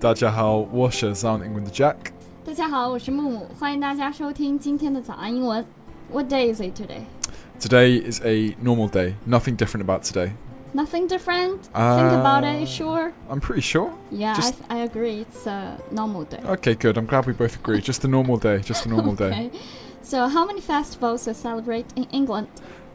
大家好，我是 Sound 英文的 Jack。大家好，我是木木，欢迎大家收听今天的早安英文。What day is it today? Today is a normal day. Nothing different about today. Nothing different. Think Uh, about it. Sure. I'm pretty sure. Yeah, just- Oh, I, I agree. It's a normal day. Okay, good. I'm glad we both agree. Just a normal day. Just a normal day. Okay. So, how many festivals are celebrated in England?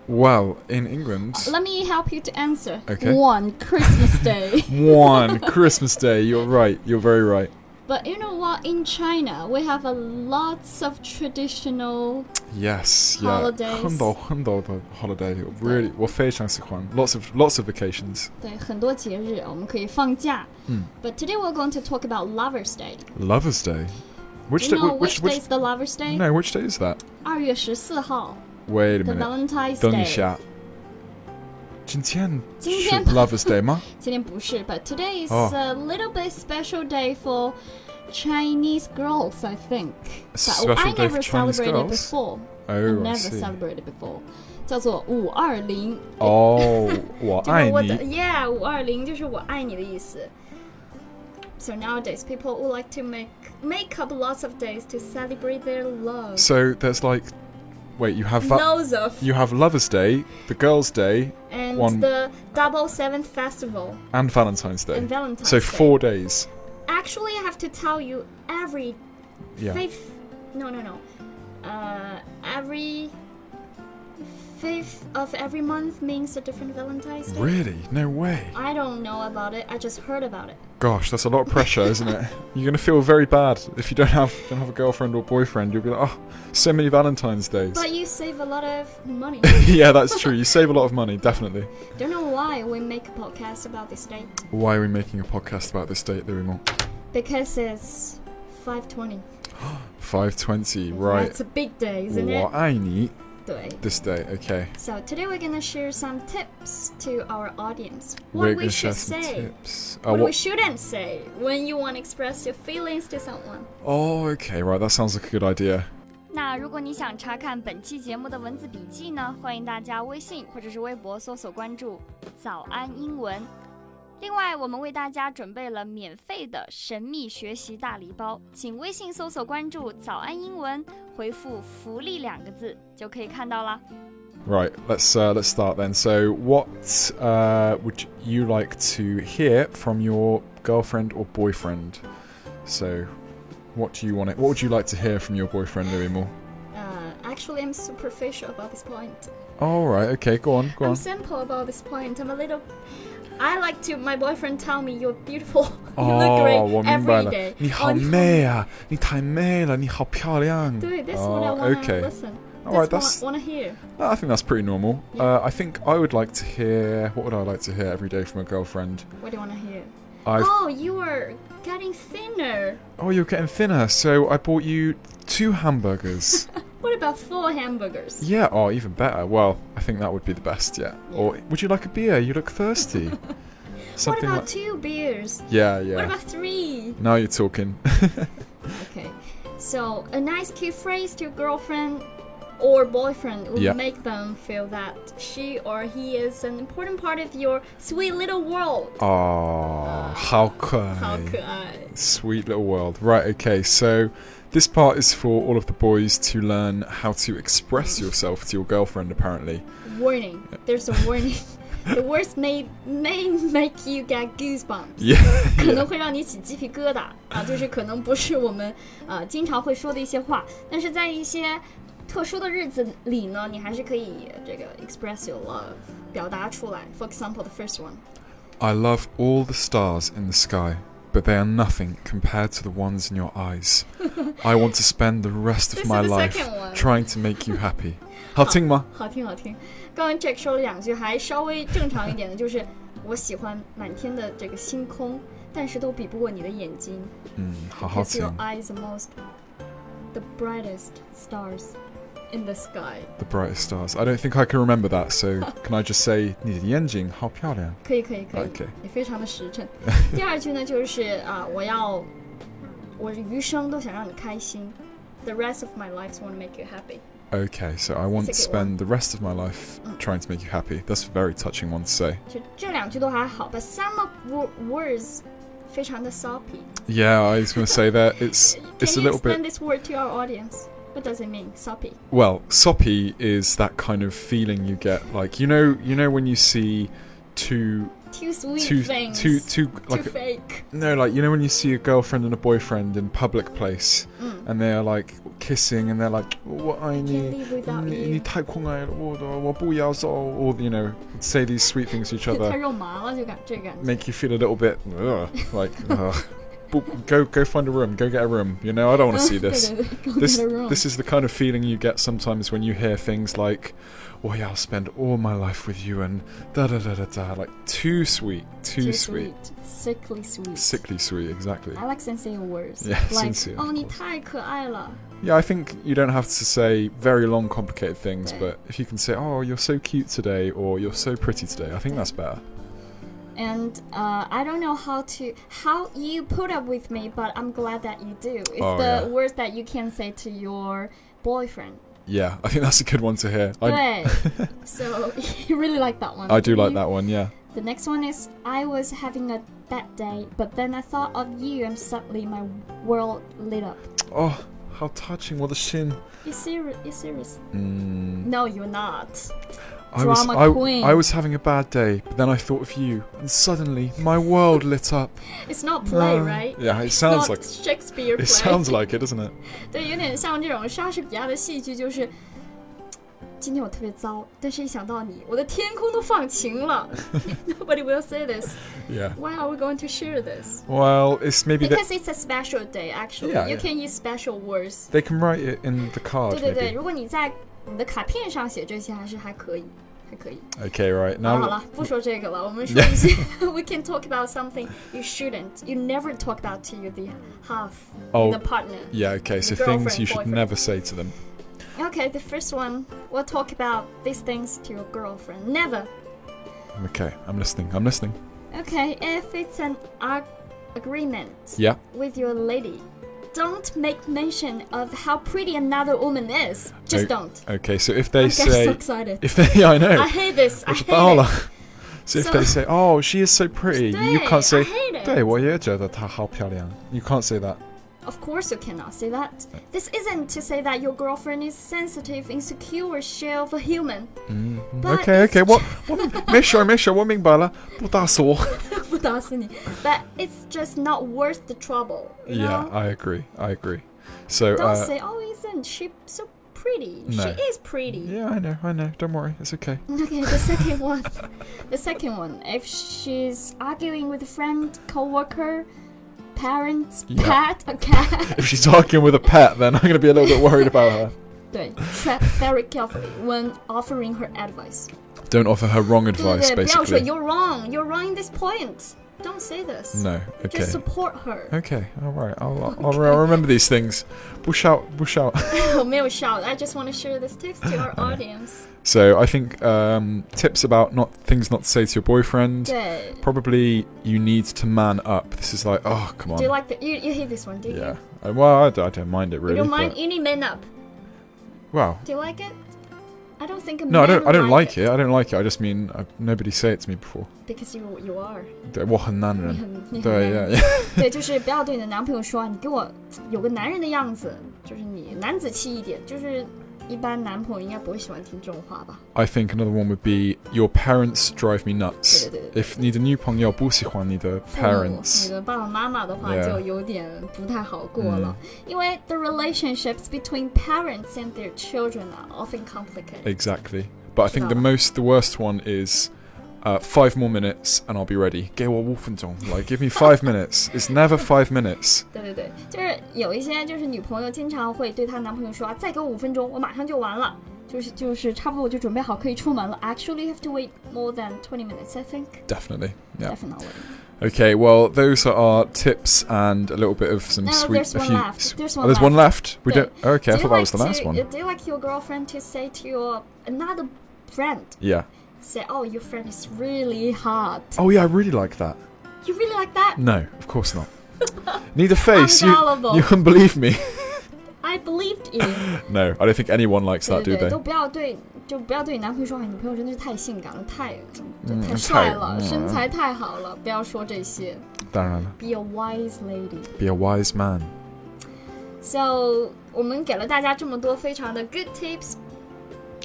Well, in England, Let me help you to answer. Okay. One Christmas Day. one Christmas Day. You're right. You're very right. but you know what? In China, we have a lots of traditional. Yes. Yeah. Holidays. 很多很多的 holiday. Really, 我非常喜欢. Lots of lots of vacations. 对，很多节日我们可以放假。嗯。 But today we're going to talk about Lovers Day. Lovers Day. Which Do day? you know Which which, day is the Lovers Day? No, which day is that? 二月十四号 Wait a ，The minute. Valentine's Day。等一下，今天今天-是 Lovers Day 吗？今天不是，but today is 哦 a little bit special day for Chinese girls, I think. Special But I day for never Chinese celebrated girls? before. I Oh, I never see. celebrated before. 叫做五二零。哦， 我这个爱我的你。 ，Yeah，五二零就是我爱你的意思。So nowadays, people would like to make make up lots of days to celebrate their love. So there's like, wait, you have va- Knows of you have Lovers' Day, the Girls' Day, and one- the Double Seven Festival. and Valentine's Day. And Valentine's so Day. four days. Actually, I have to tell you every Yeah. fifth. No, no, no. Uh, every fifth of every month means a different Valentine's Day. Really? No way. I don't know about it. I just heard about it. Gosh, that's a lot of pressure, isn't it? You're gonna feel very bad if you don't have don't have a girlfriend or boyfriend. You'll be like, oh, so many Valentine's days. But you save a lot of money. yeah, that's true. You save a lot of money, definitely. don't know why we make a podcast about this day Why are we making a podcast about this date, Louis because it's 5:20. Five twenty, right? It's a big day, isn't it? 我爱你对。 this day. Okay. So today we're gonna share some tips to our audience. What We're we gonna share should some say. tips. Uh, What, we what- shouldn't say when you want to express your feelings to someone. Oh, okay, right. That sounds like a good idea. 那如果你想查看本期节目的文字笔记呢，欢迎大家微信或者是微博搜索关注“早安英文”。另外，我们为大家准备了免费的神秘学习大礼包，请微信搜索关注“早安英文”，回复“福利”两个字就可以看到啦。 Right. Let's uh, let's start then. So, what uh, would you like to hear from your girlfriend or boyfriend? So, what do you want? It, what would you like to hear from your boyfriend, Louis Moore? Uh, actually, I'm superficial about this point. All Oh, right. Okay. Go on. Go I'm on. simple about this point. I'm a little. I like to. My boyfriend tell me you're beautiful. you look 哦，我 great 明白 every 了 day.，你好 On- 美啊，你太美了，你好漂亮。对，that's what I 哦 wanna Oh, okay. listen. All right, That's that's- what I wanna hear. No, I think that's pretty normal. Uh, I think I would like to hear. What would I like to hear every day from a girlfriend? What do you wanna hear? I've Oh, you are getting thinner. Oh, you're getting thinner. So I bought you two hamburgers. What about four hamburgers? yeah. Oh, even better. Well, I think that would be the best. Yeah. Or would you like a beer? You look thirsty. What Something about like. two beers? Yeah, What yeah. about three? Now you're talking. Okay. So a nice cute phrase to your girlfriend or boyfriend will Yeah. make them feel that she or he is an important part of your sweet little world. oh, how could? 好可爱。 Sweet little world. Right. Okay. So. This part is for all of the boys to learn how to express yourself to your girlfriend, apparently. Warning. There's a warning. The words may may make you get goosebumps， Yeah. 可 yeah. 能会让你起鸡皮疙瘩啊，就是可能不是我们呃经常会说的一些话，但是在一些特殊的日子里呢，你还是可以这个 express your love，表达出来。For example, the first one. I love all the stars in the sky, but they are nothing compared to the ones in your eyes. I want to spend the rest of This my is the life second one. trying to make you happy. 好听吗？好听好听。刚刚 Jack 说了两句还稍微正常一点的，就是我喜欢满天的这个星空，但是都比不过你的眼睛。Because your 嗯，好好听。 eyes are most the brightest stars in the sky. The brightest stars. I don't think I can remember that, so can I just say 你的眼睛好漂亮？可以可以可以 Okay. 你非常的实 诚。第二句呢，就是啊、我要我余生都想让你开心。The rest of my life want to make you happy. Okay, so I want to That's a spend good the rest of my life Mm. trying to make you happy. That's a very touching one to say. 就这两句都还好，but some of wo- words 非常的 soppy。 Yeah, I was going to say that it's it's a Can you little explain bit this word to our audience? What does it mean? Soppy. well, soppy is that kind of feeling you get like you know you know when you see two Too sweet two things. two two like too fake. no like you know when you see a girlfriend and a boyfriend in public place 嗯 and they are like kissing and they're like what I Mm. ，Can't need live without you. uh, 你太空爱了，我的我不要走，or you know say these sweet things to each 太 other 肉麻了，就感这个感觉。 make you feel a little bit ugh, like ugh. But go go find a room go get a room you know I don't want to see 对 this 对对 go this get a room. this is the kind of feeling you get sometimes when you hear things like well yeah I'll spend all my life with you and da da da da da like too sweet too, Too sweet. Sickly sweet. sickly sweet exactly I like sincere words. Yeah, like, sincere, Oh, of 你 course. 太可爱了。 Yeah, I think you don't have to say very long, complicated things, Yeah. but if you can say, "Oh, you're so cute today," or "You're so pretty today," I think that's better. And uh, I don't know how to how you put up with me, but I'm glad that you do. It's Oh, the yeah. words that you can say to your boyfriend. Yeah, I think that's a good one to hear. I, Right. so you really like that one. I do like You- that one. Yeah. The next one is I was having a bad day, but then I thought of you, and suddenly my world lit up. Oh, how touching! What a shin. You serious? You serious? Mm, No, you're not. I was Drama I, queen. I was having a bad day, but then I thought of you, and suddenly my world lit up. It's not play, No. right? Yeah, Uh, it It's sounds not like Shakespeare play. it sounds like it, doesn't it? 对，有点像这种莎士比亚的戏剧，就是今天我特别糟，但是一想到你，我的天空都放 晴了。Nobody will say this. Yeah. Why are we going to share this? Well, it's maybe that Because it's a special day, actually. Yeah, you yeah. can use special words. they can write it in the card. 对对对， Maybe. 如果你在你的卡片上写这些，还是还可以，还可以。 Okay, right 好了好 now. 了，不说这个了，我 们说一些。We can talk about something you shouldn't. You never talk about to your the half, Oh, the partner. yeah. Okay, so The things you girlfriend, should boyfriend. never say to them. Okay, the first one. We'll talk about these things to your girlfriend. Never. Okay, I'm listening. I'm listening. Okay, if it's an ag- agreement Yeah. with your lady, don't make mention of how pretty another woman is. Just O- don't. Okay, so if they I'm so say, excited. if they, I know, I hate this. I What's hate Paola? it. so if So- they say, oh, she is so pretty, you can't say, 对，I hate it. 对，我也觉得她好漂亮. You can't say that. Of course, you cannot say that. This isn't to say that your girlfriend is sensitive, insecure, shell of a human. But Mm-hmm. Okay, it's okay, what, what, 没事儿，没事儿，我明白了，不打锁. but it's just not worth the trouble. You Yeah, know? I agree. I agree. So, Don't uh, say, oh, isn't she so pretty? No. She is pretty. yeah, I know, I know. Don't worry, it's okay. Okay, the second one. The second one. If she's arguing with a friend, coworker, parent, Yeah. pet, a cat. If she's arguing with a pet, then I'm going to be a little bit worried about her. 对，tread very carefully when offering her advice. Don't offer her wrong 对对 advice, 对，不要说 basically. you're wrong, you're wrong in this point. Don't say this. No, okay. Just support her. Okay, alright, I'll, I'll, I'll remember these things. Push out, push out. 我没有 shout. Oh, I just want to share these tips to our audience. So I think um, tips about not things not to say to your boyfriend. 对。 Probably you need to man up. This is like, oh come on. Do you like the you you hate this one? Do you? yeah. Uh, Well, I, d- I don't mind it You really. don't mind but- any man up. wow. Do you like it? I don't think a No, I don't. man I don't would like it. I don't like it. I just mean uh, nobody say it to me before. because you you are. 对我很男人。 你很你很对 yeah, 男人 yeah. 对，就是不要对你的男朋友说，啊你给我有个男人的样子，就是你男子气一点，就是一般男朋友应该不会喜欢听这种话吧？ I think another one would be your parents drive me nuts. 对，对，对，对。 If 你的女朋友不喜欢你的父母 parents, 你的爸爸妈妈的话 Yeah 嗯就有点不太好过了因为 the relationships between parents and their children are often complicated。 exactly. But I think the Yeah. most, the worst one is uh, five more minutes and I'll be ready. 给我五分钟. Like, give me five minutes. It's never five minutes. 对对对，就是有一些就是女朋友经常会对她男朋友说，啊再给我五分钟，我马上就完了，就是就是差不多我就准备好可以出门了。Actually, you have to wait more than twenty minutes, I think. Definitely. Yeah. Definitely. Okay. Well, those are our tips and a little bit of some No, sweet. there's a one few- left. There's oh, one there's one left. We Yeah. don't. Okay, I do thought you that like was the to, last one. Do you like your girlfriend to say to your another friend, Yeah. say, "Oh, your friend is really hot." Oh yeah, I really like that. You really like that? No, of course not. Need a face. You, Ungullible. you can believe me. I I believed you。 No, I don't think anyone likes that, 对 do 对对， they? 都不要对，就不要对你男朋友说，哎，你朋友真的是太性感了，太嗯太帅太了，嗯身材太好了，不要说这些。当然了。 Be a wise lady。 Be a wise man. So 我们给了大家这么多非常的 good tips,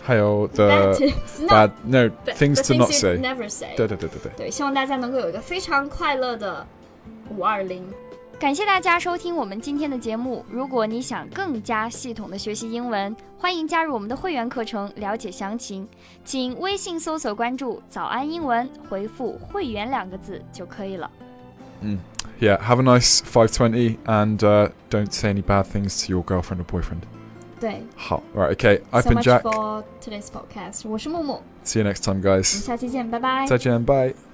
Hail bad the tips, no, bad no but things the to not you say. never say. 对对对对对。对，希望大家能够有一个非常快乐的五二零。感谢大家收听我们今天的节目。如果你想更加系统的学习英文，欢迎加入我们的会员课程，了解详情，请微信搜索关注“早安英文”，回复“会员”两个字就可以了。 Yeah, have a nice 520 and uh, don't say any bad things to your girlfriend or boyfriend. 对好, right, okay. I've ，so been much Jack. for today's podcast。我是木木，我们 See you next time, guys. 下期见，拜拜。再见, bye.